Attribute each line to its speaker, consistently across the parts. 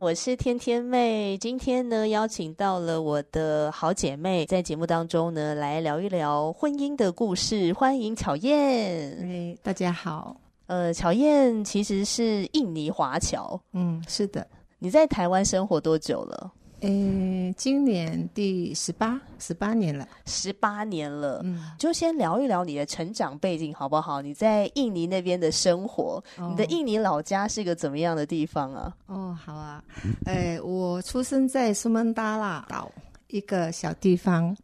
Speaker 1: 我是天天妹，今天呢邀请到了我的好姐妹，在节目当中呢来聊一聊婚姻的故事，欢迎巧燕。
Speaker 2: 哎，大家好，
Speaker 1: 呃，巧燕其实是印尼华侨，
Speaker 2: 嗯，是的，
Speaker 1: 你在台湾生活多久了？
Speaker 2: 哎，今年第十八十八年了，
Speaker 1: 十八年了。
Speaker 2: 嗯，
Speaker 1: 就先聊一聊你的成长背景好不好？你在印尼那边的生活，你的印尼老家是个怎么样的地方啊？
Speaker 2: 哦，好啊，哎，我出生在苏门答腊岛一个小地方，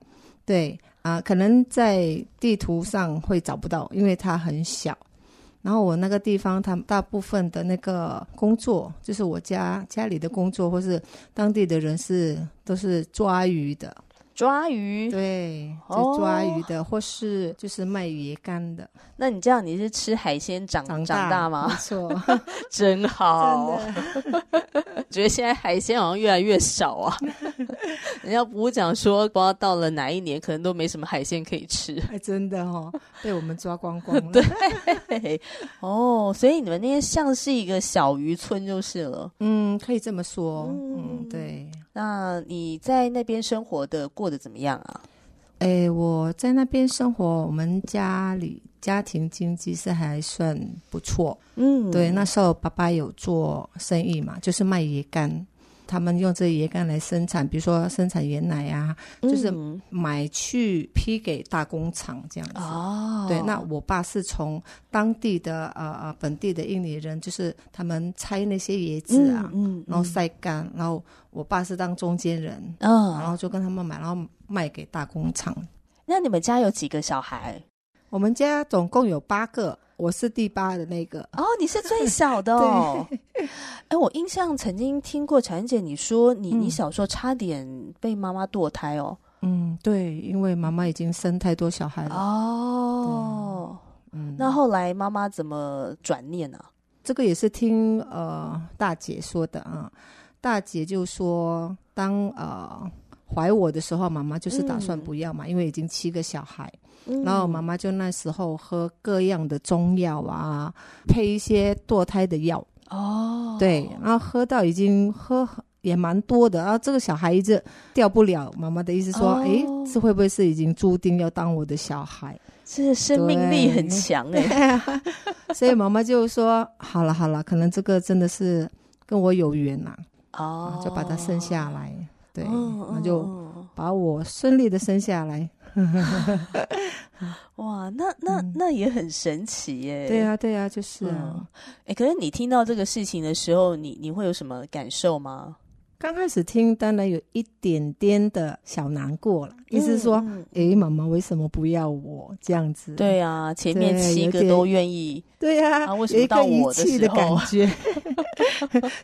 Speaker 2: 对啊、可能在地图上会找不到，因为它很小。然后我那个地方，他们大部分的那个工作，就是我家家里的工作，或是当地的人是都是抓鱼的，
Speaker 1: 抓鱼？
Speaker 2: 对，
Speaker 1: 哦
Speaker 2: 就抓鱼的，或是就是卖鱼干的。
Speaker 1: 那你这样你是吃海鲜长
Speaker 2: 长
Speaker 1: 长大吗 哦
Speaker 2: 没？错，
Speaker 1: 真好，
Speaker 2: 真的。
Speaker 1: 觉得现在海鲜好像越来越少啊。 人家不讲说，不知道到了哪一年，可能都没什么海鲜可以吃。
Speaker 2: 还真的哦，被我们抓光光了。
Speaker 1: 嘿嘿哦，所以你们那些像是一个小渔村就是了。
Speaker 2: 嗯，可以这么说。
Speaker 1: 嗯
Speaker 2: 嗯，对。
Speaker 1: 那你在那边生活的过得怎么样啊？
Speaker 2: 哎，我在那边生活，我们家里家庭经济是还算不错。
Speaker 1: 嗯
Speaker 2: 对，那时候爸爸有做生意嘛，就是卖椰干。他们用这椰干来生产，比如说生产椰奶啊，就是
Speaker 1: 嗯
Speaker 2: 买去批给大工厂这样子。
Speaker 1: 哦，
Speaker 2: 对，那我爸是从当地的呃呃本地的印尼人，就是他们拆那些椰子啊，
Speaker 1: 嗯，嗯
Speaker 2: 然后晒干，然后我爸是当中间人，然
Speaker 1: 嗯，
Speaker 2: 后就跟他们买，然后卖给大工厂。
Speaker 1: 那你们家有几个小孩？
Speaker 2: 我们家总共有八个，我是第八的那个。
Speaker 1: 哦，你是最小 的哦。哎，我印象曾经听过婵姐你说你你
Speaker 2: 嗯
Speaker 1: 小时候差点被妈妈堕胎哦。
Speaker 2: 嗯，对，因为妈妈已经生太多小孩了。
Speaker 1: 哦，
Speaker 2: 嗯，
Speaker 1: 那后来妈妈怎么转念啊呢？
Speaker 2: 这个也是听呃大姐说的啊，大姐就说当呃。怀我的时候，妈妈就是打算
Speaker 1: 嗯
Speaker 2: 不要嘛，因为已经七个小孩，
Speaker 1: 嗯
Speaker 2: 然后妈妈就那时候喝各样的中药啊，配一些堕胎的药，
Speaker 1: 哦，
Speaker 2: 对，然后喝到已经喝也蛮多的，然后这个小孩子掉不了，妈妈的意思说
Speaker 1: 哦，
Speaker 2: 诶，这会不会是已经注定要当我的小 孩？
Speaker 1: 这生命力
Speaker 2: 对
Speaker 1: 很强哎。
Speaker 2: 所以妈妈就说，好了好了，可能这个真的是跟我有缘呐、啊，，
Speaker 1: 哦
Speaker 2: 就把他生下来，对，
Speaker 1: 嗯，
Speaker 2: 那
Speaker 1: 嗯
Speaker 2: 就
Speaker 1: 嗯
Speaker 2: 把我顺利的生下来。
Speaker 1: 哇，那那那也很神奇耶。
Speaker 2: 嗯对啊，对啊，就是啊。
Speaker 1: 哎、可是你听到这个事情的时候，你你会有什么感受吗？
Speaker 2: 刚开始听，当然有一点点的小难过了，意思是说，
Speaker 1: 嗯嗯
Speaker 2: 诶，妈妈为什么不要我这样子？
Speaker 1: 对啊，前面
Speaker 2: 嗯对
Speaker 1: 七
Speaker 2: 有
Speaker 1: 个
Speaker 2: 点
Speaker 1: 都愿意，
Speaker 2: 对呀、
Speaker 1: 啊为什
Speaker 2: 有
Speaker 1: 么
Speaker 2: 一
Speaker 1: 到
Speaker 2: 个遗
Speaker 1: 我的
Speaker 2: 弃
Speaker 1: 时
Speaker 2: 的
Speaker 1: 候
Speaker 2: 感觉，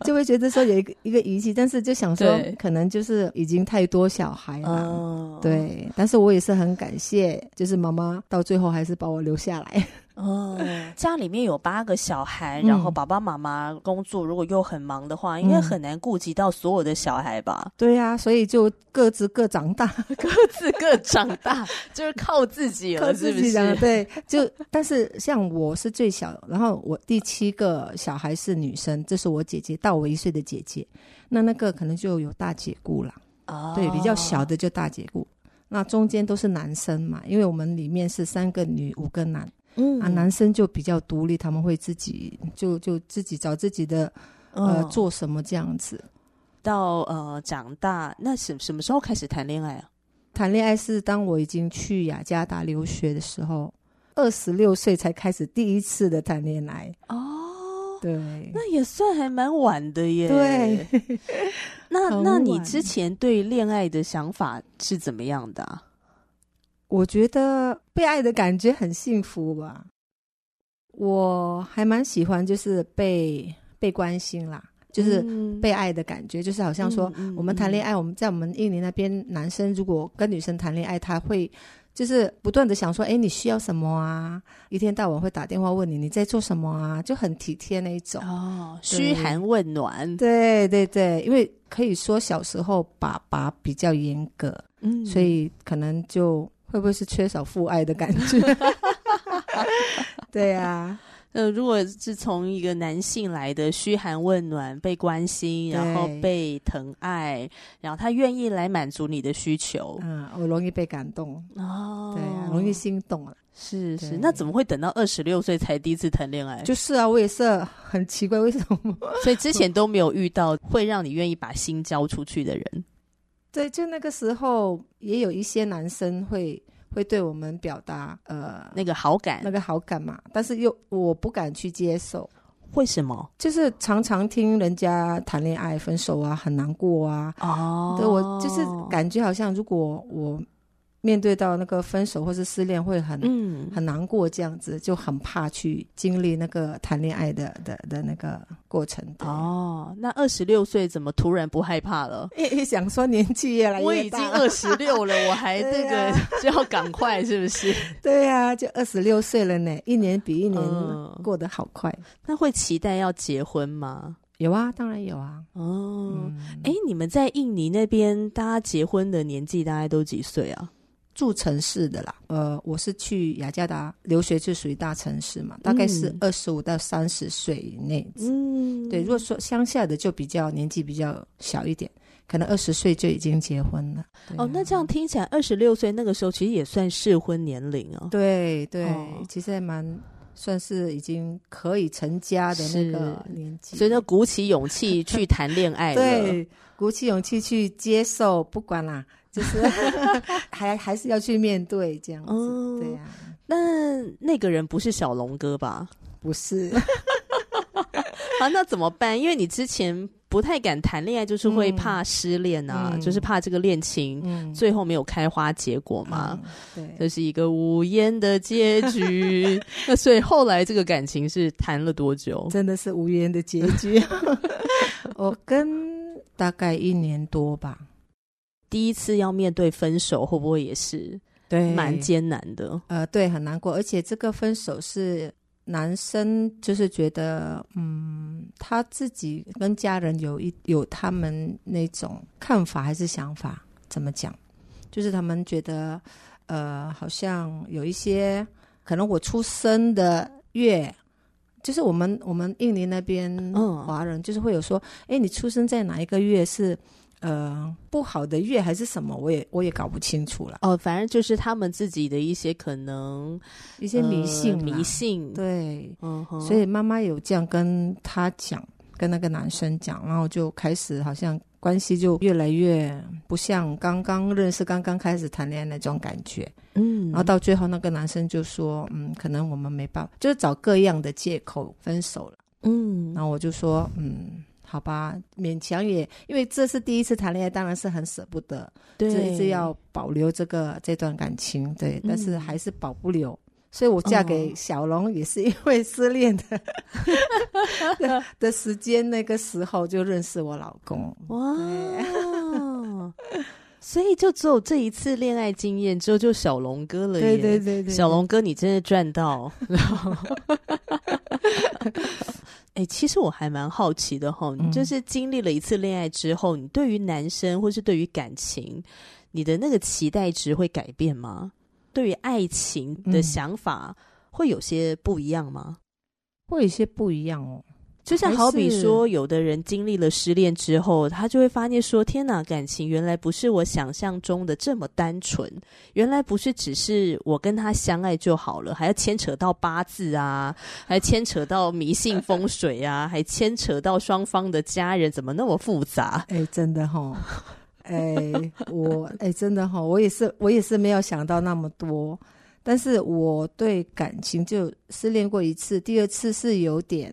Speaker 2: 就会觉 得说有一个一个遗弃，但是就想说
Speaker 1: 对
Speaker 2: 可能就是已经太多小孩了。
Speaker 1: 嗯，，
Speaker 2: 对，但是我也是很感谢，就是妈妈到最后还是把我留下 来。
Speaker 1: 嗯，家里面有八个小孩，
Speaker 2: 嗯
Speaker 1: 然后爸爸妈妈工作如果又很忙的话，应该
Speaker 2: 嗯？
Speaker 1: 很难顾及到所有的小孩吧
Speaker 2: 对呀、所以就各自各长大，
Speaker 1: 各自各长 大，就是靠自己
Speaker 2: 各
Speaker 1: 了，
Speaker 2: 自
Speaker 1: 是不
Speaker 2: 己长大。
Speaker 1: 是？
Speaker 2: 对，就但是像我是最小，然后我第七个小孩是女生，这是我姐姐，大我一岁的姐姐。那那个可能就有大姐姑了。
Speaker 1: 啊
Speaker 2: 对，比较小的就大姐姑。那中间都是男生嘛，因为我们里面是三个女五个男、
Speaker 1: 嗯
Speaker 2: 啊，男生就比较独立，他们会自己就就自己找自己的呃、
Speaker 1: 嗯
Speaker 2: 做什么这样子。
Speaker 1: 到呃长大，那什什么时候开始谈恋爱
Speaker 2: 嗯
Speaker 1: 啊？
Speaker 2: 谈恋爱是当我已经去雅加达留学的时候，二十六岁才开始第一次的谈恋爱。
Speaker 1: 哦，
Speaker 2: 对，
Speaker 1: 那也算还蛮晚的耶。
Speaker 2: 对，
Speaker 1: 那
Speaker 2: 很
Speaker 1: 那你
Speaker 2: 晚
Speaker 1: 之前对恋爱的想法是怎么样的啊、
Speaker 2: 我觉得被爱的感觉很幸福吧。我还蛮喜欢，就是被被关心啦，就是
Speaker 1: 嗯
Speaker 2: 被爱的感觉，就是好像说
Speaker 1: 嗯嗯
Speaker 2: 我们谈恋爱，我们在我们印尼那边，男生如果跟女生谈恋爱，他会就是不断的想说，哎，你需要什么啊？一天到晚会打电话问你你在做什么啊，就很体贴那一种。
Speaker 1: 哦，
Speaker 2: 对
Speaker 1: 嘘寒问暖，
Speaker 2: 对对对，因为可以说小时候爸爸比较严格，
Speaker 1: 嗯
Speaker 2: 所以可能就会不会是缺少父爱的感 觉？对啊，
Speaker 1: 呃，如果是从一个男性来的嘘寒问暖、被关心，然后
Speaker 2: 对
Speaker 1: 被疼爱，然后他愿意来满足你的需求，
Speaker 2: 嗯，我容易被感动，
Speaker 1: 哦，
Speaker 2: 对啊，容易心动啊。
Speaker 1: 是是
Speaker 2: 对，
Speaker 1: 那怎么会等到二十六岁才第一次谈恋爱？
Speaker 2: 就是啊，我也是很奇怪，为什 么？
Speaker 1: 所以之前都没有遇到会让你愿意把心交出去 的人。
Speaker 2: 对，就那个时候也有一些男生会会对我们表达呃
Speaker 1: 那个好感，
Speaker 2: 那个好感嘛，但是又我不敢去接受。
Speaker 1: 为什么？
Speaker 2: 就是常常听人家谈恋爱分手啊，很难过啊。
Speaker 1: 哦
Speaker 2: 对我就是感觉好像，如果我面对到那个分手或是失恋，会很、
Speaker 1: 嗯，
Speaker 2: 很难过，这样子就很怕去经历那个谈恋爱的的的那个过程。对，
Speaker 1: 哦，那二十六岁怎么突然不害怕了？
Speaker 2: 一一想说年纪越来
Speaker 1: 我
Speaker 2: 越
Speaker 1: 已
Speaker 2: 大
Speaker 1: 经
Speaker 2: 了，
Speaker 1: 二十六了， 我还那
Speaker 2: 对
Speaker 1: 个就要赶快，是不是？
Speaker 2: 对呀、就二十六岁了呢，一年比一年
Speaker 1: 嗯
Speaker 2: 过得好快。
Speaker 1: 那会期待要结婚吗？
Speaker 2: 有啊，当然有啊。
Speaker 1: 哦，
Speaker 2: 嗯，
Speaker 1: 哎、你们在印尼那边，大家结婚的年纪大概都几岁啊？
Speaker 2: 住城市的啦，呃，我是去雅加达留学，就属于大城市嘛，大概是
Speaker 1: 嗯
Speaker 2: 二十五到三十岁以内。
Speaker 1: 嗯，
Speaker 2: 对，如果说乡下的就比较年纪比较小一点，可能二十岁就已经结婚了。对啊
Speaker 1: 哦，那这样听起来，二十六岁那个时候其实也算适婚年龄哦。
Speaker 2: 对对，
Speaker 1: 哦
Speaker 2: 其实还蛮算是已经可以成家的那个
Speaker 1: 是
Speaker 2: 年纪，
Speaker 1: 所以呢，鼓起勇气去谈恋爱了。
Speaker 2: 对，鼓起勇气去接受，不管啦，就是 还还是要去面对这样子，
Speaker 1: 哦
Speaker 2: 对啊呀、
Speaker 1: 那那个人不是小龙哥吧？
Speaker 2: 不 是。
Speaker 1: 啊，那怎么办？因为你之前不太敢谈恋爱，就是会
Speaker 2: 嗯
Speaker 1: 怕失恋啊，
Speaker 2: 嗯
Speaker 1: 就是怕这个恋情
Speaker 2: 嗯，
Speaker 1: 最后没有开花结果嘛。
Speaker 2: 嗯，对，
Speaker 1: 这是一个无言的结 局。那所以后来这个感情是谈了多久？
Speaker 2: 真的是无缘的结 局。我跟大概一年多吧，
Speaker 1: 第一次要面对分手，会不会也是
Speaker 2: 对
Speaker 1: 蛮艰难的？
Speaker 2: 呃，对，很难过，而且这个分手是呃男生就是觉得，嗯，他自己跟家人有一有他们那种看法还是想法，怎么讲？就是他们觉得，呃，好像有一些可能我出生的月。就是我们我们印尼那边
Speaker 1: 嗯
Speaker 2: 华人就是会有说，哎、你出生在哪一个月是，呃，不好的月还是什么？我也我也搞不清楚了，
Speaker 1: 哦，反正就是他们自己的一些可能
Speaker 2: 一
Speaker 1: 一
Speaker 2: 些迷信、
Speaker 1: 迷。信，
Speaker 2: 对，
Speaker 1: 嗯哼，
Speaker 2: 所以妈妈有这样跟他讲，跟那个男生讲，然后就开始好像关系就越来越不像刚刚认识、刚刚开始谈恋爱那种感觉。
Speaker 1: 嗯，
Speaker 2: 然后到最后，那个男生就说：“嗯，可能我们没办法，就是找各样的借口分手了。”
Speaker 1: 嗯
Speaker 2: 然后我就说：“嗯。”好吧，勉强也，因为这是第一次谈恋爱，当然是很舍不得，
Speaker 1: 对，
Speaker 2: 这是要保留这个这段感情，对，但是
Speaker 1: 嗯
Speaker 2: 还是保不留。所以我嫁给
Speaker 1: 哦
Speaker 2: 小龙也是因为失恋的的的时间，那个时候就认识我老公。
Speaker 1: 哇。 所以就只有这一次恋爱经验，之后就小龙哥了
Speaker 2: 对
Speaker 1: 耶。
Speaker 2: 对对对，
Speaker 1: 小龙哥，你真的 赚到！哎、其实我还蛮好奇的哈，你
Speaker 2: 嗯
Speaker 1: 就是经历了一次恋爱之后，你对于男生或是对于感情，你的那个期待值会改变吗？对于爱情的
Speaker 2: 嗯
Speaker 1: 想法会有些不一样吗？
Speaker 2: 会有些不一样哦。
Speaker 1: 就像
Speaker 2: 还
Speaker 1: 好比
Speaker 2: 是
Speaker 1: 说，有的人经历了失恋之后，他就会发现说：“天哪，感情原来不是我想象中的这么单纯，原来不是只是我跟他相爱就好了，还要牵扯到八字啊，还牵扯到迷信风水啊，还牵扯到双方的家人，怎么那么复杂啊
Speaker 2: 哎，真的哈、哦，哎，我哎，真的哈、哦，我也是，我也是没有想到那么多。但是我对感情就失恋过一次，第二次是有点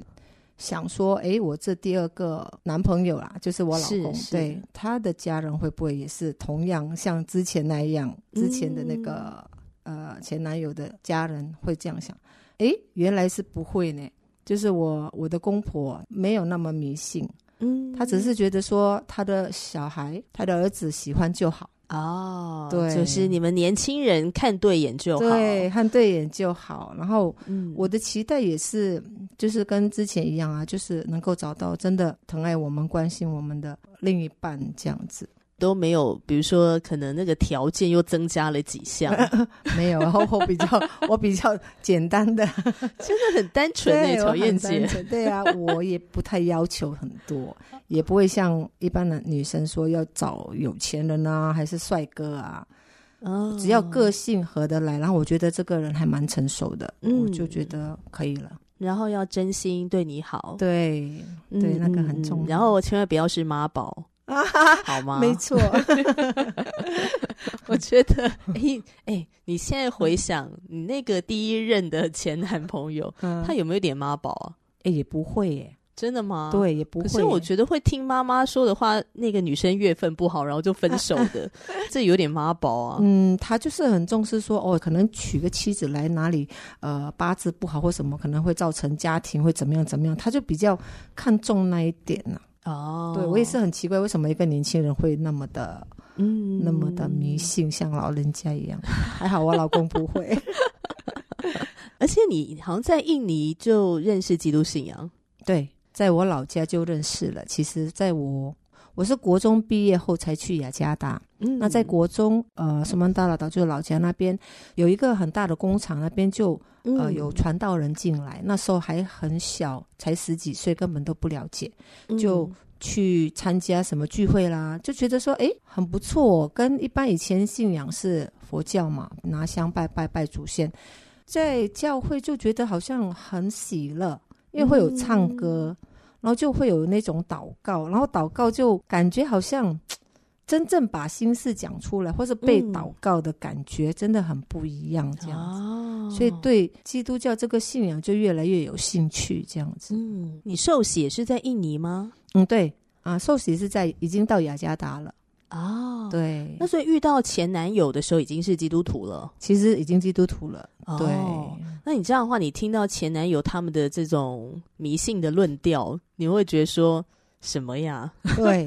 Speaker 2: 想说，哎，我这第二个男朋友啦，就是我老公，
Speaker 1: 是是
Speaker 2: 对他的家人会不会也是同样像之前那样，之前的那个
Speaker 1: 嗯
Speaker 2: 呃前男友的家人会这样想，诶，原来是不会呢。就是我我的公婆没有那么迷信，
Speaker 1: 嗯，
Speaker 2: 她只是觉得说她的小孩，她的儿子喜欢就好，
Speaker 1: 哦，
Speaker 2: 对
Speaker 1: 就是你们年轻人看对眼就好，
Speaker 2: 对，，看对眼就好。然后
Speaker 1: 嗯，
Speaker 2: 我的期待也是，就是跟之前一样啊，就是能够找到真的疼爱我们、关心我们的另一半这样子。
Speaker 1: 都没有，比如说可能那个条件又增加了几 项，
Speaker 2: 没有，然后我比较我比较简单 的，
Speaker 1: 真的很单纯诶、
Speaker 2: 对，我
Speaker 1: 乔
Speaker 2: 很
Speaker 1: 燕
Speaker 2: 单
Speaker 1: 姐，
Speaker 2: 纯。对 啊，我也不太要求很多，也不会像一般的女生说要找有钱人啊，还是帅哥啊，
Speaker 1: 哦
Speaker 2: 只要个性合得来，然后我觉得这个人还蛮成熟的，
Speaker 1: 嗯
Speaker 2: 我就觉得可以了。
Speaker 1: 然后要真心对你好，
Speaker 2: 对，
Speaker 1: 对
Speaker 2: 对那个很重要
Speaker 1: 然后千万不要是妈宝，
Speaker 2: 啊哈哈，
Speaker 1: 好吗？
Speaker 2: 没错，
Speaker 1: 我觉得， 哎、哎、你现在回想你那个第一任的前男朋友，
Speaker 2: 嗯
Speaker 1: 他有没有点妈宝啊？
Speaker 2: 哎也不会耶，
Speaker 1: 真的吗？。
Speaker 2: 对，也不会
Speaker 1: 可
Speaker 2: 耶。
Speaker 1: 是我觉得会听妈妈说的话，那个女生月份不好，然后就分手 的，这有点妈宝啊。
Speaker 2: 嗯，他就是很重视说，哦，可能娶个妻子来哪里，呃，八字不好或什么，可能会造成家庭会怎么样怎么样，他就比较看重那一点呐、
Speaker 1: 哦，
Speaker 2: 嗯对我也是很奇怪，为什么一个年轻人会那么的、
Speaker 1: 嗯，
Speaker 2: 那么的迷信，像老人家一样？还好我老公不会。
Speaker 1: 而且你好像在印尼就认识基督信仰，
Speaker 2: 对，在我老家就认识了。其实，在我我是国中毕业后才去雅加达，
Speaker 1: 嗯
Speaker 2: 那在国中，呃，什么大老岛就是老家那边有一个很大的工厂，那边就
Speaker 1: 嗯
Speaker 2: 呃，有传道人进来，那时候还很小，才十几岁，根本都不了解，
Speaker 1: 嗯
Speaker 2: 就去参加什么聚会啦，就觉得说，诶，很不错、跟一般以前信仰是佛教嘛，拿香拜拜拜祖先，在教会就觉得好像很喜乐，因为会有唱歌，
Speaker 1: 嗯
Speaker 2: 然后就会有那种祷告，然后祷告就感觉好像真正把心事讲出来，或是被
Speaker 1: 嗯
Speaker 2: 祷告的感觉真的很不一样，这样子。
Speaker 1: 哦，
Speaker 2: 所以对基督教这个信仰就越来越有兴趣，这样子。
Speaker 1: 嗯，你受洗也是在印尼吗？
Speaker 2: 嗯，对啊，受洗是在已经到雅加达了，
Speaker 1: 哦，。
Speaker 2: 对
Speaker 1: 那，所以遇到前男友的时候已经是基督徒了，
Speaker 2: 其实已经基督徒了，对。
Speaker 1: 哦那你这样的话，你听到前男友他们的这种迷信的论调，你会觉得说什么呀？
Speaker 2: 对，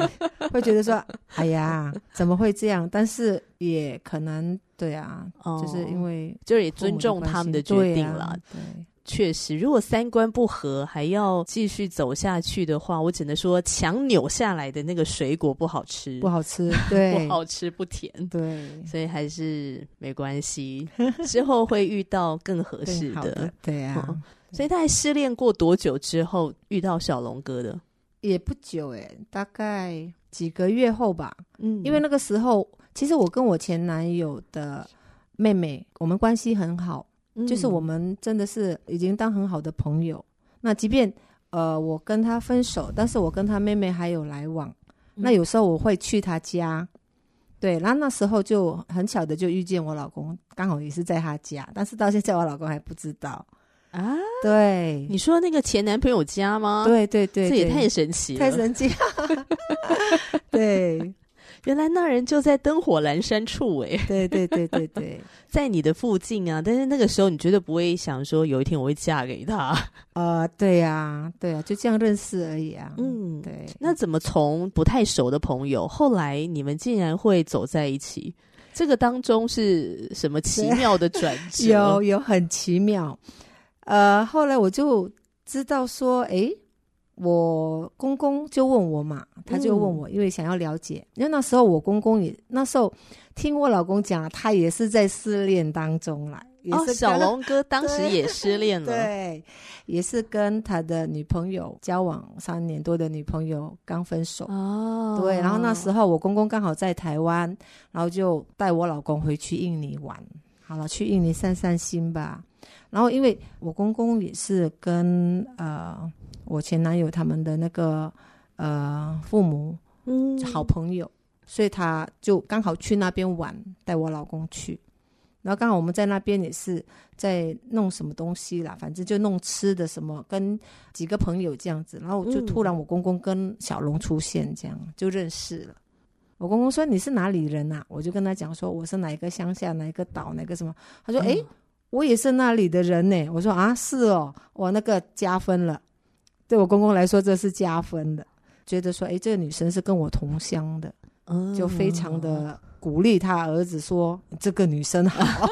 Speaker 2: 会觉得说，哎呀，怎么会这样？但是也可能，对啊，
Speaker 1: 哦，
Speaker 2: 就是因为
Speaker 1: 就是也
Speaker 2: 父母
Speaker 1: 尊重他们的
Speaker 2: 关
Speaker 1: 决
Speaker 2: 系
Speaker 1: 定
Speaker 2: 对
Speaker 1: 啦
Speaker 2: 啊。对，
Speaker 1: 确实，如果三观不合还要继续走下去的话，我只能说强扭下来的那个水果不好吃，
Speaker 2: 不好吃，对
Speaker 1: 不，好吃不甜，
Speaker 2: 对，
Speaker 1: 所以还是没关系，之后会遇到更合
Speaker 2: 更
Speaker 1: 适
Speaker 2: 好
Speaker 1: 的。
Speaker 2: 的， 对
Speaker 1: 嗯
Speaker 2: 啊。
Speaker 1: 所以大概失恋过多久之后遇到小龙哥的？
Speaker 2: 也不久诶，大概几个月后吧。
Speaker 1: 嗯
Speaker 2: 因为那个时候，其实我跟我前男友的妹妹，我们关系很好，就是
Speaker 1: 嗯
Speaker 2: 我们真的是已经当很好的朋友。那即便呃我跟他分手，但是我跟他妹妹还有来往。
Speaker 1: 嗯
Speaker 2: 那有时候我会去他家，对，然后那时候就很巧的就遇见我老公，刚好也是在他家，但是到现在我老公还不知道。
Speaker 1: 啊，
Speaker 2: 对，
Speaker 1: 你说那个前男朋友家吗？，
Speaker 2: 对对对，
Speaker 1: 这也
Speaker 2: 对
Speaker 1: 太神奇
Speaker 2: 太
Speaker 1: 了！
Speaker 2: 神奇了， 对
Speaker 1: 原来那人就在灯火阑珊处哎、
Speaker 2: 对对对对对。
Speaker 1: 在你的附近啊。但是那个时候你绝对不会想说有一天我会嫁给他，
Speaker 2: 呃，对呀、对呀、啊就这样认识而已啊。嗯，
Speaker 1: 嗯。
Speaker 2: 对。
Speaker 1: 那怎么从不太熟的朋友，后来你们竟然会走在一起？这个当中是什么奇妙的转 折？哦
Speaker 2: 有有很奇妙，呃，后来我就知道说，诶，我公公就问我嘛，他就问
Speaker 1: 嗯
Speaker 2: 我，因为想要了解，因为那时候我公公也那时候听我老公讲，他也是在失恋当中啦，也
Speaker 1: 哦，
Speaker 2: 是
Speaker 1: 小
Speaker 2: 跟
Speaker 1: 龙哥当时也失恋了，
Speaker 2: 对，也是跟他的女朋友交往三年多的女朋友刚分手，
Speaker 1: 哦，
Speaker 2: 对，然后那时候我公公刚好在台湾，然后就带我老公回去印尼玩。好了，去印尼散散心吧。然后因为我公公也是跟呃我前男友他们的那个呃父母
Speaker 1: 嗯
Speaker 2: 好朋友，所以他就刚好去那边玩，带我老公去。然后刚好我们在那边也是在弄什么东西啦，反正就弄吃的什么，跟几个朋友这样子。然后就
Speaker 1: 嗯
Speaker 2: 突然我公公跟小龙出现，这样就认识了。我公公说你是哪里人啊？我就跟他讲说我是哪一个乡下哪一个岛哪个什么。他说诶，我也是那里的人呢、我说啊，是哦，我那个加分了。对我公公来说，这是加分的，觉得说诶，这个女生是跟我同乡的，
Speaker 1: 嗯
Speaker 2: 就非常的鼓励他儿子说这个女生 好。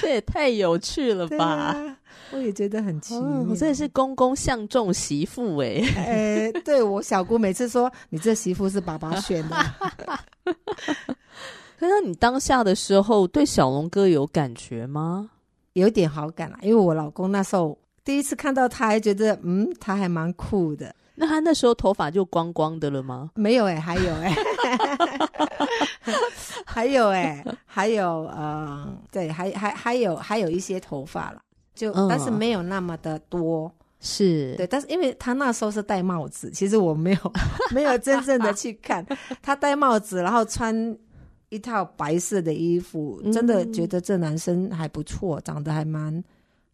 Speaker 1: 这也太有趣了
Speaker 2: 对
Speaker 1: 吧！
Speaker 2: 啊，我也觉得很奇妙。
Speaker 1: 嗯，我真的是公公相中媳妇哎、
Speaker 2: 哎，对我小姑每次说你这媳妇是爸爸选 的，
Speaker 1: 可是你当下的时候对小龙哥有感觉吗？
Speaker 2: 有点好感啊啦，因为我老公那时候第一次看到他，还觉得嗯，他还蛮酷的。
Speaker 1: 那他那时候头发就光光的了吗？
Speaker 2: 没有哎、还有哎、 还有哎、还有呃，对，还还还有还有一些头发了，就、
Speaker 1: 嗯
Speaker 2: 但是没有那么的多。
Speaker 1: 是，
Speaker 2: 对，但是因为他那时候是戴帽子，其实我没有 没有真正的去看，他戴帽子，然后穿一套白色的衣服，真的
Speaker 1: 嗯
Speaker 2: 觉得这男生还不错，长得还蛮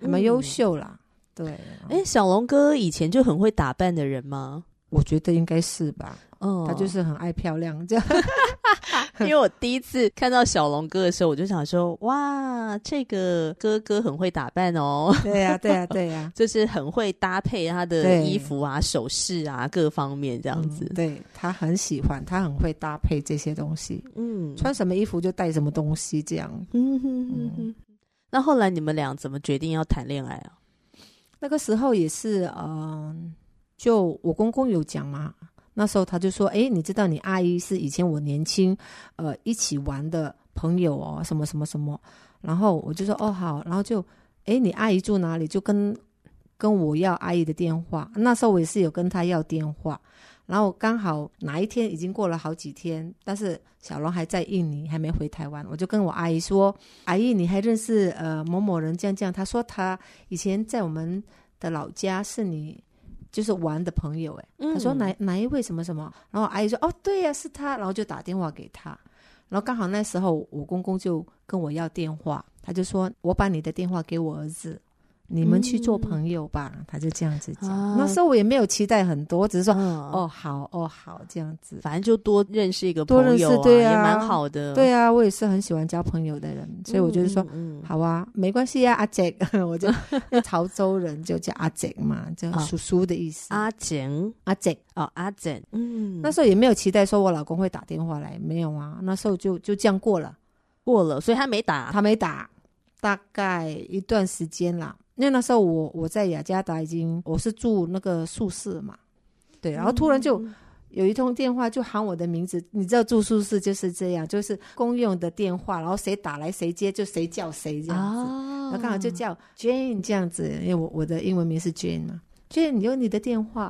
Speaker 2: 还蛮
Speaker 1: 嗯
Speaker 2: 优秀啦。对，啊
Speaker 1: 哎、小龙哥以前就很会打扮的人吗？
Speaker 2: 我觉得应该是吧，
Speaker 1: 嗯，
Speaker 2: 他 就是很爱漂亮， 这样
Speaker 1: 因为我第一次看到小龙哥的时候，我就想说，哇，这个哥哥很会打扮哦，
Speaker 2: 对呀、对呀、对呀、
Speaker 1: 就是很会搭配他的
Speaker 2: 对
Speaker 1: 衣服啊、首饰啊各方面这
Speaker 2: 这
Speaker 1: 样子。
Speaker 2: 对他很喜欢，他很会搭配这些东西，
Speaker 1: 嗯，
Speaker 2: 穿什么衣服就带什么东西，这样。
Speaker 1: 嗯哼哼哼。那后来你们俩怎么决定要谈恋爱啊？
Speaker 2: 那个时候也是，嗯、就我公公有讲嘛，那时候他就说，诶，你知道你阿姨是以前我年轻，呃，一起玩的朋友哦，什么什么什么，然后我就说，哦好，然后就，诶，你阿姨住哪里？就跟跟我要阿姨的电话，那时候我也是有跟他要电话。然后刚好哪一天已经过了好几天，但是小龙还在印尼，还没回台湾，我就跟我阿姨说：“阿姨，你还认识呃某某人这样这样？”她说她以前在我们的老家是你就是玩的朋友，哎，
Speaker 1: 嗯
Speaker 2: 他说哪哪一位什么什么，然后阿姨说哦对呀、是他，然后就打电话给他，然后刚好那时候我公公就跟我要电话，他就说我把你的电话给我儿子。你们去做朋友吧，他就这样子讲。
Speaker 1: 啊
Speaker 2: 那时候我也没有期待很多，我只是说、
Speaker 1: 嗯
Speaker 2: 哦好哦好这样子。
Speaker 1: 反正就多认识一个
Speaker 2: 多
Speaker 1: 朋
Speaker 2: 认识
Speaker 1: 友、
Speaker 2: 对
Speaker 1: 也
Speaker 2: 啊
Speaker 1: 蛮好的。
Speaker 2: 对啊，我也是很喜欢交朋友的人，
Speaker 1: 嗯，
Speaker 2: 所以我就是说、
Speaker 1: 嗯，嗯
Speaker 2: 好啊，没关系啊，阿杰， 我就那潮州人就叫阿杰嘛，就
Speaker 1: 啊
Speaker 2: 叔叔的意思。
Speaker 1: 阿简
Speaker 2: 阿杰，
Speaker 1: 哦，阿简，嗯，
Speaker 2: 那时候也没有期待说我老公会打电话来，没有啊，那时候就就这样过了，
Speaker 1: 过了，所以他没打。
Speaker 2: 他没打，大概一段时间啦。因为那时候我我在雅加达已经我是住那个宿舍嘛，对，然后突然就
Speaker 1: 嗯
Speaker 2: 有一通电话就喊我的名字，你知道住宿舍就是这样，就是公用的电话，然后谁打来谁接就谁叫谁这样子。
Speaker 1: 啊，
Speaker 2: 然后刚好就叫 Jane 这样子，因为我我的英文名是 Jane 嘛，Jane 有你的电话，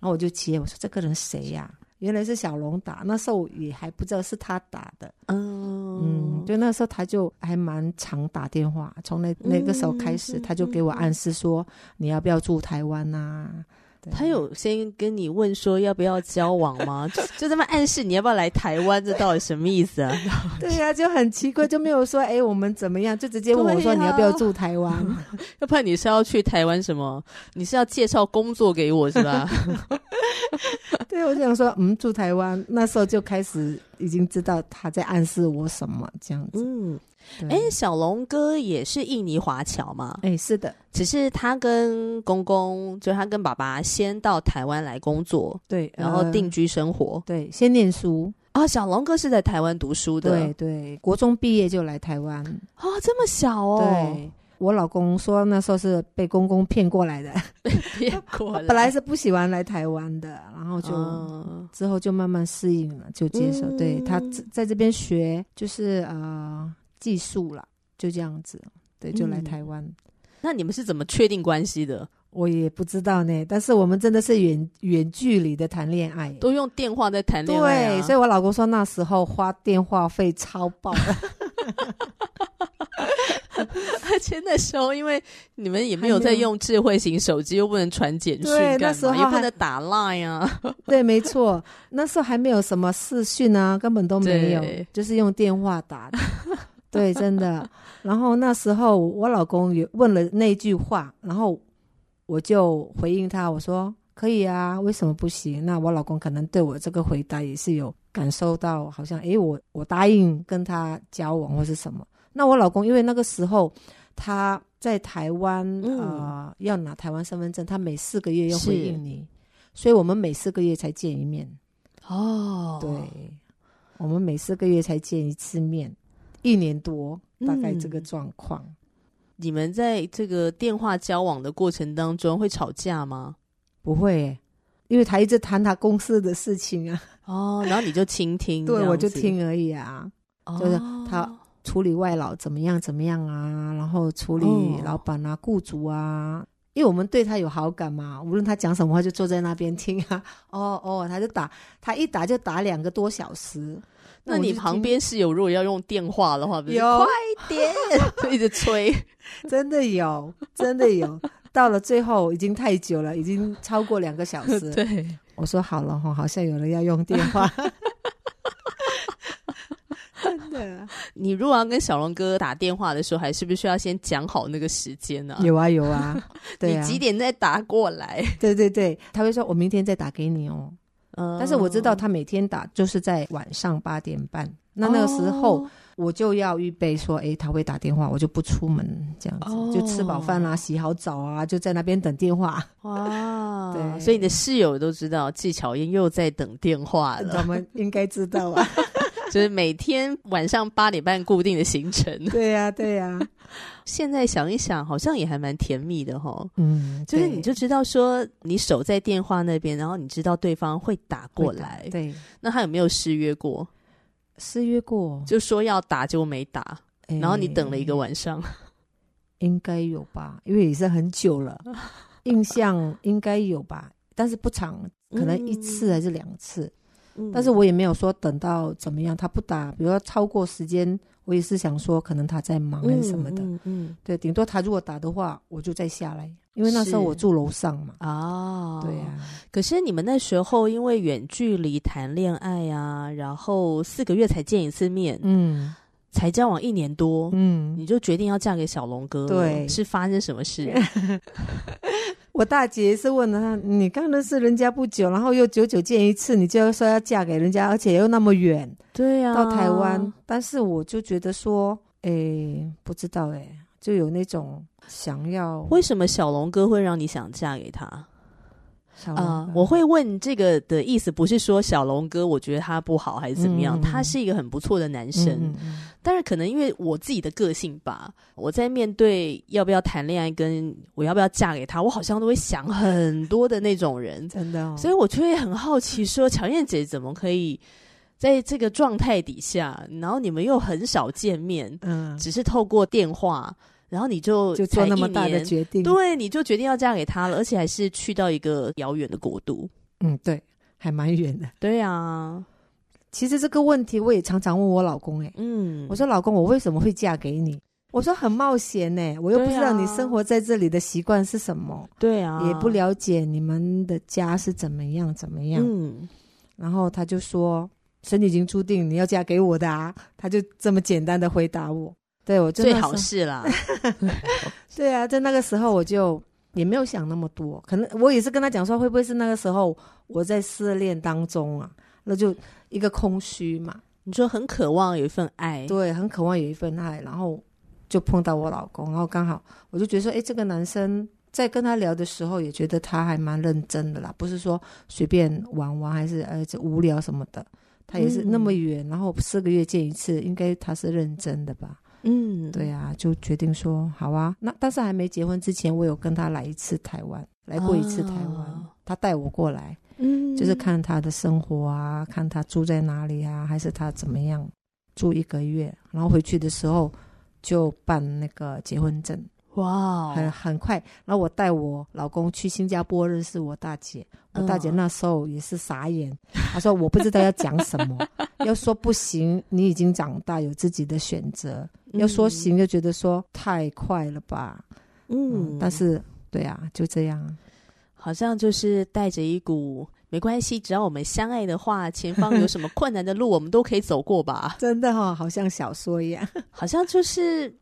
Speaker 2: 然后我就接，我说这个人谁呀、原来是小龙打，那时候也还不知道是他打的，
Speaker 1: 嗯
Speaker 2: 嗯，就那时候他就还蛮常打电话，从那那个时候开始，
Speaker 1: 嗯
Speaker 2: 他就给我暗示说你要不要住台湾呐、对
Speaker 1: 他有先跟你问说要不要交往吗？就就这么暗示你要不要来台湾，这到底什么意思啊？
Speaker 2: 对呀、就很奇怪，就没有说哎我们怎么样，就直接问我
Speaker 1: 对
Speaker 2: 说
Speaker 1: 呀
Speaker 2: 你要不要住台 湾，
Speaker 1: 要不然你是要去台湾什么？你是要介绍工作给我是 吧？
Speaker 2: 对，我就想说嗯住台湾，那时候就开始已经知道他在暗示我什么这样子，
Speaker 1: 嗯，
Speaker 2: 对
Speaker 1: 哎、小龙哥也是印尼华侨嘛，
Speaker 2: 哎，是的，
Speaker 1: 只是他跟公公，就他跟爸爸先到台湾来工作，
Speaker 2: 对，
Speaker 1: 然后
Speaker 2: 呃
Speaker 1: 定居生活。
Speaker 2: 对，先念书，
Speaker 1: 啊、小龙哥是在台湾读书的，
Speaker 2: 对对，国中毕业就来台湾，
Speaker 1: 啊、这么小哦，
Speaker 2: 对。我老公说那时候是被公公骗过 来的，
Speaker 1: 别过来，
Speaker 2: 本来是不喜欢来台湾的，然后就、
Speaker 1: 嗯
Speaker 2: 之后就慢慢适应了，就接受。对他
Speaker 1: 嗯
Speaker 2: 在在这边学就是呃技术啦，就这样子，对，就来
Speaker 1: 嗯
Speaker 2: 台湾。
Speaker 1: 那你们是怎么确定关系的？
Speaker 2: 我也不知道呢，但是我们真的是远远距离的谈恋爱，
Speaker 1: 都用电话在谈恋爱、啊，
Speaker 2: 对，所以我老公说那时候花电话费超爆的，
Speaker 1: 而且那时候因为你们也没有在用智慧型手机，又不能传简讯
Speaker 2: 对
Speaker 1: 干嘛，
Speaker 2: 那时候
Speaker 1: 也不
Speaker 2: 还
Speaker 1: 能打 Line 啊，
Speaker 2: 对，没错，那时候还没有什么视讯啊，根本都没有
Speaker 1: 对，
Speaker 2: 就是用电话打的。对，真的。然后那时候我老公也问了那句话，然后我就回应他，我说：“可以啊，为什么不行？那我老公可能对我这个回答也是有感受到，好像诶，我我答应跟他交往或是什么。那我老公因为那个时候他在台湾啊、呃，要拿台湾身份证，他每四个月要回应你，所以我们每四个月才见一面。
Speaker 1: 哦，
Speaker 2: 对，我们每四个月才见一次面，一年多大概这个状况。
Speaker 1: 你们在这个电话交往的过程当中会吵架吗？
Speaker 2: 不会耶，因为他一直谈他公司的事情啊。
Speaker 1: 哦，然后你就倾听，
Speaker 2: 对，我就听而已啊。哦、就是他处理外劳怎么样怎么样啊，然后处理老板啊、雇主啊。因为我们对他有好感嘛，无论他讲什么话，就坐在那边听啊。 哦哦，他就打，他一打就打两个多小时。
Speaker 1: 那你旁边室友如果要用电话的话，
Speaker 2: 有
Speaker 1: 快点，就一直 催，
Speaker 2: 真的有，真的有。到了最后已经太久了，已经超过两个小时。
Speaker 1: 对，
Speaker 2: 我说好了哈，好像有人要用电话。真的，
Speaker 1: 你如果要跟小龙哥打电话的时候，还是不是要先讲好那个时间呢、啊？
Speaker 2: 有啊有啊，对啊，
Speaker 1: 你几点再打过来？
Speaker 2: 对对对，他会说我明天再打给你哦。但是我知道他每天打就是在晚上八点半，那那个时候
Speaker 1: 哦
Speaker 2: 我就要预备说，诶，他会打电话，我就不出门这样子，
Speaker 1: 哦、
Speaker 2: 就吃饱饭啦、啊，洗好澡啊，就在那边等电话。
Speaker 1: 哇，
Speaker 2: 对，
Speaker 1: 所以你的室友都知道季巧燕又在等电话 了，
Speaker 2: 他们应该知道啊，
Speaker 1: 就是每天晚上八点半固定的行程。
Speaker 2: 对呀、啊，对呀、啊。
Speaker 1: 现在想一想，好像也还蛮甜蜜的哈。
Speaker 2: 嗯，
Speaker 1: 就是你就知道说，你守在电话那边，然后你知道对方会打过来。
Speaker 2: 对，
Speaker 1: 那他有没有失约过？
Speaker 2: 失约过，
Speaker 1: 就说要打就没打，
Speaker 2: 嗯
Speaker 1: 然后你等了一个晚上，
Speaker 2: 应该有吧？因为也是很久 了，印象应该有吧，但是不长，可能一次还是两次。
Speaker 1: 嗯、
Speaker 2: 但是我也没有说等到怎么样，他不打，比如说超过时间。我也是想说，可能他在忙还是什么的，
Speaker 1: 嗯嗯，嗯
Speaker 2: 对，顶多他如果打的话，我就再下来，因为那时候我住楼上嘛，
Speaker 1: 啊，
Speaker 2: 嗯对呀、啊。
Speaker 1: 可是你们那时候因为远距离谈恋爱啊，然后四个月才见一次面，
Speaker 2: 嗯，
Speaker 1: 才交往一年多，
Speaker 2: 嗯，
Speaker 1: 哦你就决定要嫁给小龙哥，
Speaker 2: 对，
Speaker 1: 是发生什 么事？
Speaker 2: 我大姐是问他，你刚认识人家不久，然后又久久见一次，你就说要嫁给人家，而且又那么远。
Speaker 1: 对呀、啊，
Speaker 2: 到台湾，但是我就觉得说，诶，不知道诶，就有那种想要。
Speaker 1: 为什么小龙哥会让你想嫁给他？
Speaker 2: 小龙
Speaker 1: 啊、
Speaker 2: 哥
Speaker 1: 我会问这个的意思，不是说小龙哥我觉得他不好还是怎么样，
Speaker 2: 嗯
Speaker 1: 他是一个很不错的男生。
Speaker 2: 嗯嗯
Speaker 1: 但是可能因为我自己的个性吧，我在面对要不要谈恋爱跟我要不要嫁给他，我好像都会想很多的那种人
Speaker 2: 嗯，真的、哦，
Speaker 1: 所以我就会很好奇说，乔燕姐怎么可以在这个状态底下，然后你们又很少见面，
Speaker 2: 嗯，
Speaker 1: 只是透过电话，然后你就
Speaker 2: 就做
Speaker 1: 才
Speaker 2: 那么
Speaker 1: 一
Speaker 2: 大的
Speaker 1: 年
Speaker 2: 决定，
Speaker 1: 对，你就决定要嫁给他了，而且还是去到一个遥远的国度。
Speaker 2: 嗯，对，还蛮远的。
Speaker 1: 对啊，
Speaker 2: 其实这个问题我也常常问我老公、诶，
Speaker 1: 嗯，
Speaker 2: 我说老公，我为什么会嫁给你？我说很冒险呢、我又不知道
Speaker 1: 对啊
Speaker 2: 你生活在这里的习惯是什么，
Speaker 1: 对啊，
Speaker 2: 也不了解你们的家是怎么样怎么样。
Speaker 1: 嗯，
Speaker 2: 然后他就说：“神已经注定你要嫁给我的啊！”他就这么简单的回答我。对我就
Speaker 1: 最
Speaker 2: 那
Speaker 1: 好
Speaker 2: 时候
Speaker 1: 是啦，
Speaker 2: 对啊，在那个时候我就也没有想那么多，可能我也是跟他讲说，会不会是那个时候我在失恋当中啊，那就一个空虚嘛，
Speaker 1: 你说很渴望有一份爱，
Speaker 2: 对，很渴望有一份爱，然后就碰到我老公，然后刚好我就觉得说，哎，这个男生在跟他聊的时候，也觉得他还蛮认真的啦，不是说随便玩玩，还是呃这无聊什么的。他也是
Speaker 1: 嗯
Speaker 2: 那么远，然后四个月见一次，应该他是认真的吧？
Speaker 1: 嗯，
Speaker 2: 对啊，就决定说好啊。那但是还没结婚之前，我有跟他来一次台湾，来过一次台湾，
Speaker 1: 啊
Speaker 2: 他带我过来，
Speaker 1: 嗯，
Speaker 2: 就是看他的生活啊，看他住在哪里啊，还是他怎么样住一个月，然后回去的时候就办那个结婚证，
Speaker 1: 哇哦，
Speaker 2: 很很快。然后我带我老公去新加坡认识我大姐，我大姐
Speaker 1: 嗯
Speaker 2: 那时候也是傻眼，她说我不知道要讲什 么，要说不行，你已经长大有自己的选择，要说行就觉得说太快了吧，嗯，
Speaker 1: 嗯，嗯，
Speaker 2: 但是对啊，就这样啊，
Speaker 1: 好像就是带着一股没关系，只要我们相爱的话，前方有什么困难的路，我们都可以走过 吧。
Speaker 2: 真的哈、好像小说一样，
Speaker 1: 好像就是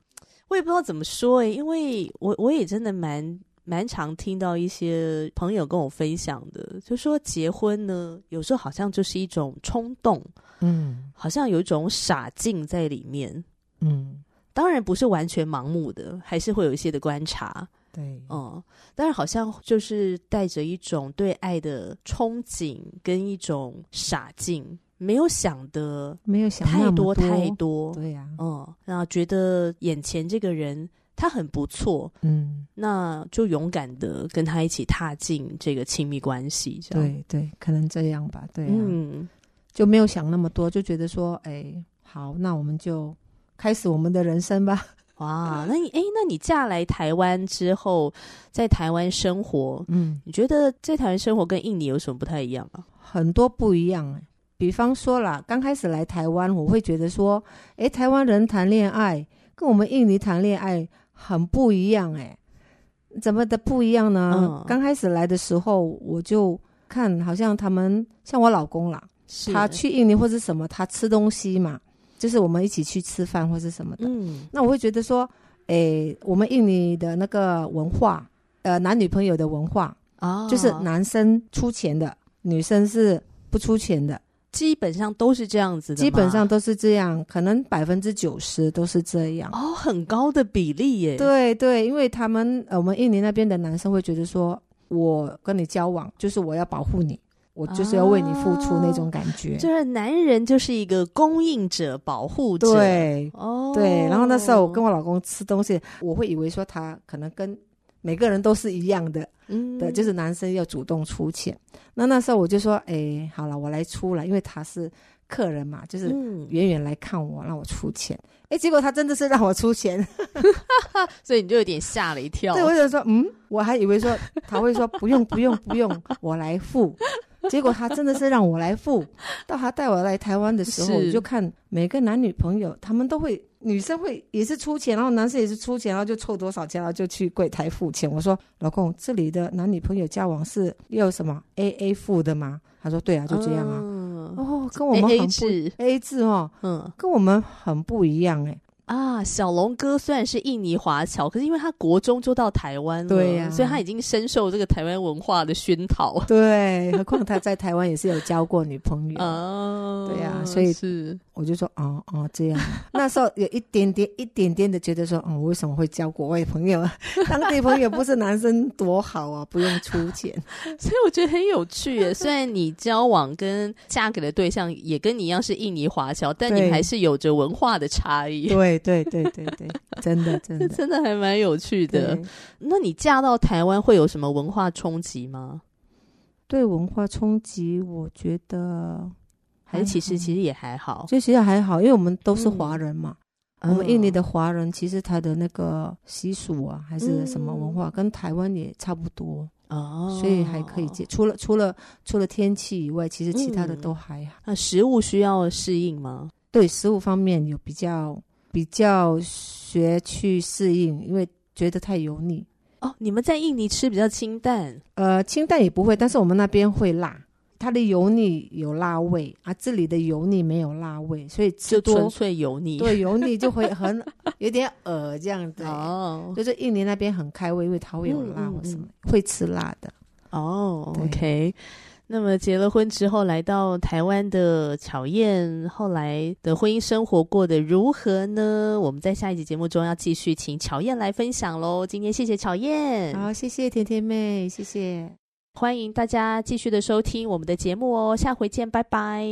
Speaker 1: 我也不知道怎么说诶、因为我我也真的蛮蛮常听到一些朋友跟我分享的，就说结婚呢，有时候好像就是一种冲动，
Speaker 3: 嗯
Speaker 1: 好像有一种傻劲在里面。
Speaker 3: 嗯，
Speaker 1: 当然不是完全盲目的，还是会有一些的观察，
Speaker 3: 对，
Speaker 1: 嗯，但是好像就是带着一种对爱的憧憬跟一种傻劲，没有想的
Speaker 2: 没有想
Speaker 1: 太
Speaker 2: 那么
Speaker 1: 太多，
Speaker 2: 对呀、
Speaker 1: 嗯，然后觉得眼前这个人他很不错，
Speaker 3: 嗯，
Speaker 1: 那就勇敢的跟他一起踏进这个亲密关系，这样，
Speaker 2: 对对，可能这样吧，对、啊，
Speaker 1: 嗯，
Speaker 2: 就没有想那么多，就觉得说，哎，好，那我们就开始我们的人生吧。
Speaker 1: 哇，那你哎，那你嫁来台湾之后，在台湾生活，
Speaker 2: 嗯，
Speaker 1: 你觉得在台湾生活跟印尼有什么不太一样啊？
Speaker 2: 很多不一样哎、比方说啦，刚开始来台湾，我会觉得说，哎，台湾人谈恋爱跟我们印尼谈恋爱很不一样哎、怎么的不一样呢？
Speaker 1: 嗯
Speaker 2: 刚开始来的时候，我就看好像他们像我老公啦，
Speaker 1: 是
Speaker 2: 他去印尼或是什么，他吃东西嘛，就是我们一起去吃饭或是什么的。
Speaker 1: 嗯
Speaker 2: 那我会觉得说，诶，我们印尼的那个文化，呃，男女朋友的文化，
Speaker 1: 啊，
Speaker 2: 就是男生出钱的，女生是不出钱的，
Speaker 1: 基本上都是这样子的嘛，
Speaker 2: 基本上都是这样，可能百分之九十都是这样。
Speaker 1: 哦，很高的比例耶，，
Speaker 2: 对对，因为他们呃，我们印尼那边的男生会觉得说，我跟你交往就是我要保护你，我就是要为你付出那种感觉。
Speaker 1: 就是男人就是一个供应者、保护者，
Speaker 2: 对，
Speaker 1: 哦，
Speaker 2: 对，然后那时候我跟我老公吃东西，我会以为说他可能跟每个人都是一样的
Speaker 1: 嗯
Speaker 2: 的，就是男生要主动出钱。那那时候我就说，哎，好了，我来出了，因为他是客人嘛，就是
Speaker 1: 嗯，
Speaker 2: 远远来看我，让我出钱。哎，结果他真的是让我出钱，
Speaker 1: 所以你就有点吓了一跳，
Speaker 2: 对我想说，嗯，我还以为说他会说不用不用不用， 我来付。结果他真的是让我来付。到他带我来台湾的时候，
Speaker 1: 是
Speaker 2: 我就看每个男女朋友，他们都会，女生会也是出钱，然后男生也是出钱，然后就凑多少钱，然后就去柜台付钱。我说，老公，这里的男女朋友交往是要什么 A A 付的吗？他说，对啊，就这样啊。
Speaker 1: 啊，
Speaker 2: 哦，跟我们
Speaker 1: A
Speaker 2: 很
Speaker 1: A
Speaker 2: 不
Speaker 1: 制，
Speaker 2: A 制哦，
Speaker 1: 嗯
Speaker 2: 跟我们很不一样哎、
Speaker 1: 啊，小龙哥虽然是印尼华侨，可是因为他国中就到台湾了，
Speaker 2: 对呀
Speaker 1: 所以他已经深受这个台湾文化的熏陶。
Speaker 2: 对，何况他在台湾也是有交过女朋友。
Speaker 1: 哦，
Speaker 2: 对呀所以
Speaker 1: 是
Speaker 2: 我就说哦哦这样， 那时候有一点点一点点的觉得说，嗯，我为什么会交国外朋友？啊？ 当地朋友不是男生多好啊，不用出 钱。
Speaker 1: 所以我觉得很有趣耶。虽然你交往跟嫁给的对象也跟你一样是印尼华侨，但你们
Speaker 2: 对
Speaker 1: 还是有着文化的差异，
Speaker 2: 对对对对对，真 的真的
Speaker 1: 真的还蛮有趣的
Speaker 2: 对。
Speaker 1: 那你嫁到台湾会有什么文化冲击吗？
Speaker 2: 对文化冲击，我觉得
Speaker 1: 还是其
Speaker 2: 还
Speaker 1: 实
Speaker 2: 好
Speaker 1: 其实也还好，
Speaker 2: 就其实还好，因为我们都是华人嘛。我们印尼
Speaker 1: 嗯
Speaker 2: 的华人其实他的那个习俗啊，还是什么文化，跟台湾也差不多，
Speaker 1: 嗯哦，
Speaker 2: 所以还可以接。除了除了除了天气以外，其实其他
Speaker 1: 嗯
Speaker 2: 的都还好。
Speaker 1: 那食物需要适应吗？
Speaker 2: 对食物方面有比较比较学去适应，因为觉得太油腻。
Speaker 1: 哦，你们在印尼吃比较清淡，
Speaker 2: 呃，清淡也不会，但是我们那边会辣，它的油腻有辣味啊，这里的油腻没有辣味，所以
Speaker 1: 就
Speaker 2: 吃
Speaker 1: 纯
Speaker 2: 多
Speaker 1: 粹油腻。
Speaker 2: 对油腻就会很有点恶这 样子。
Speaker 1: 哦
Speaker 2: 就是印尼那边很开胃，因为它会有辣
Speaker 1: 嗯嗯
Speaker 2: 或什么，
Speaker 1: 嗯
Speaker 2: 会吃辣的。
Speaker 1: 哦
Speaker 2: 对
Speaker 1: ，OK。那么结了婚之后，来到台湾的巧燕，后来的婚姻生活过得如何呢？我们在下一集节目中要继续请巧燕来分享喽。今天谢谢巧燕，
Speaker 2: 好，谢谢甜甜妹，谢谢。
Speaker 1: 欢迎大家继续的收听我们的节目哦，下回见，拜拜。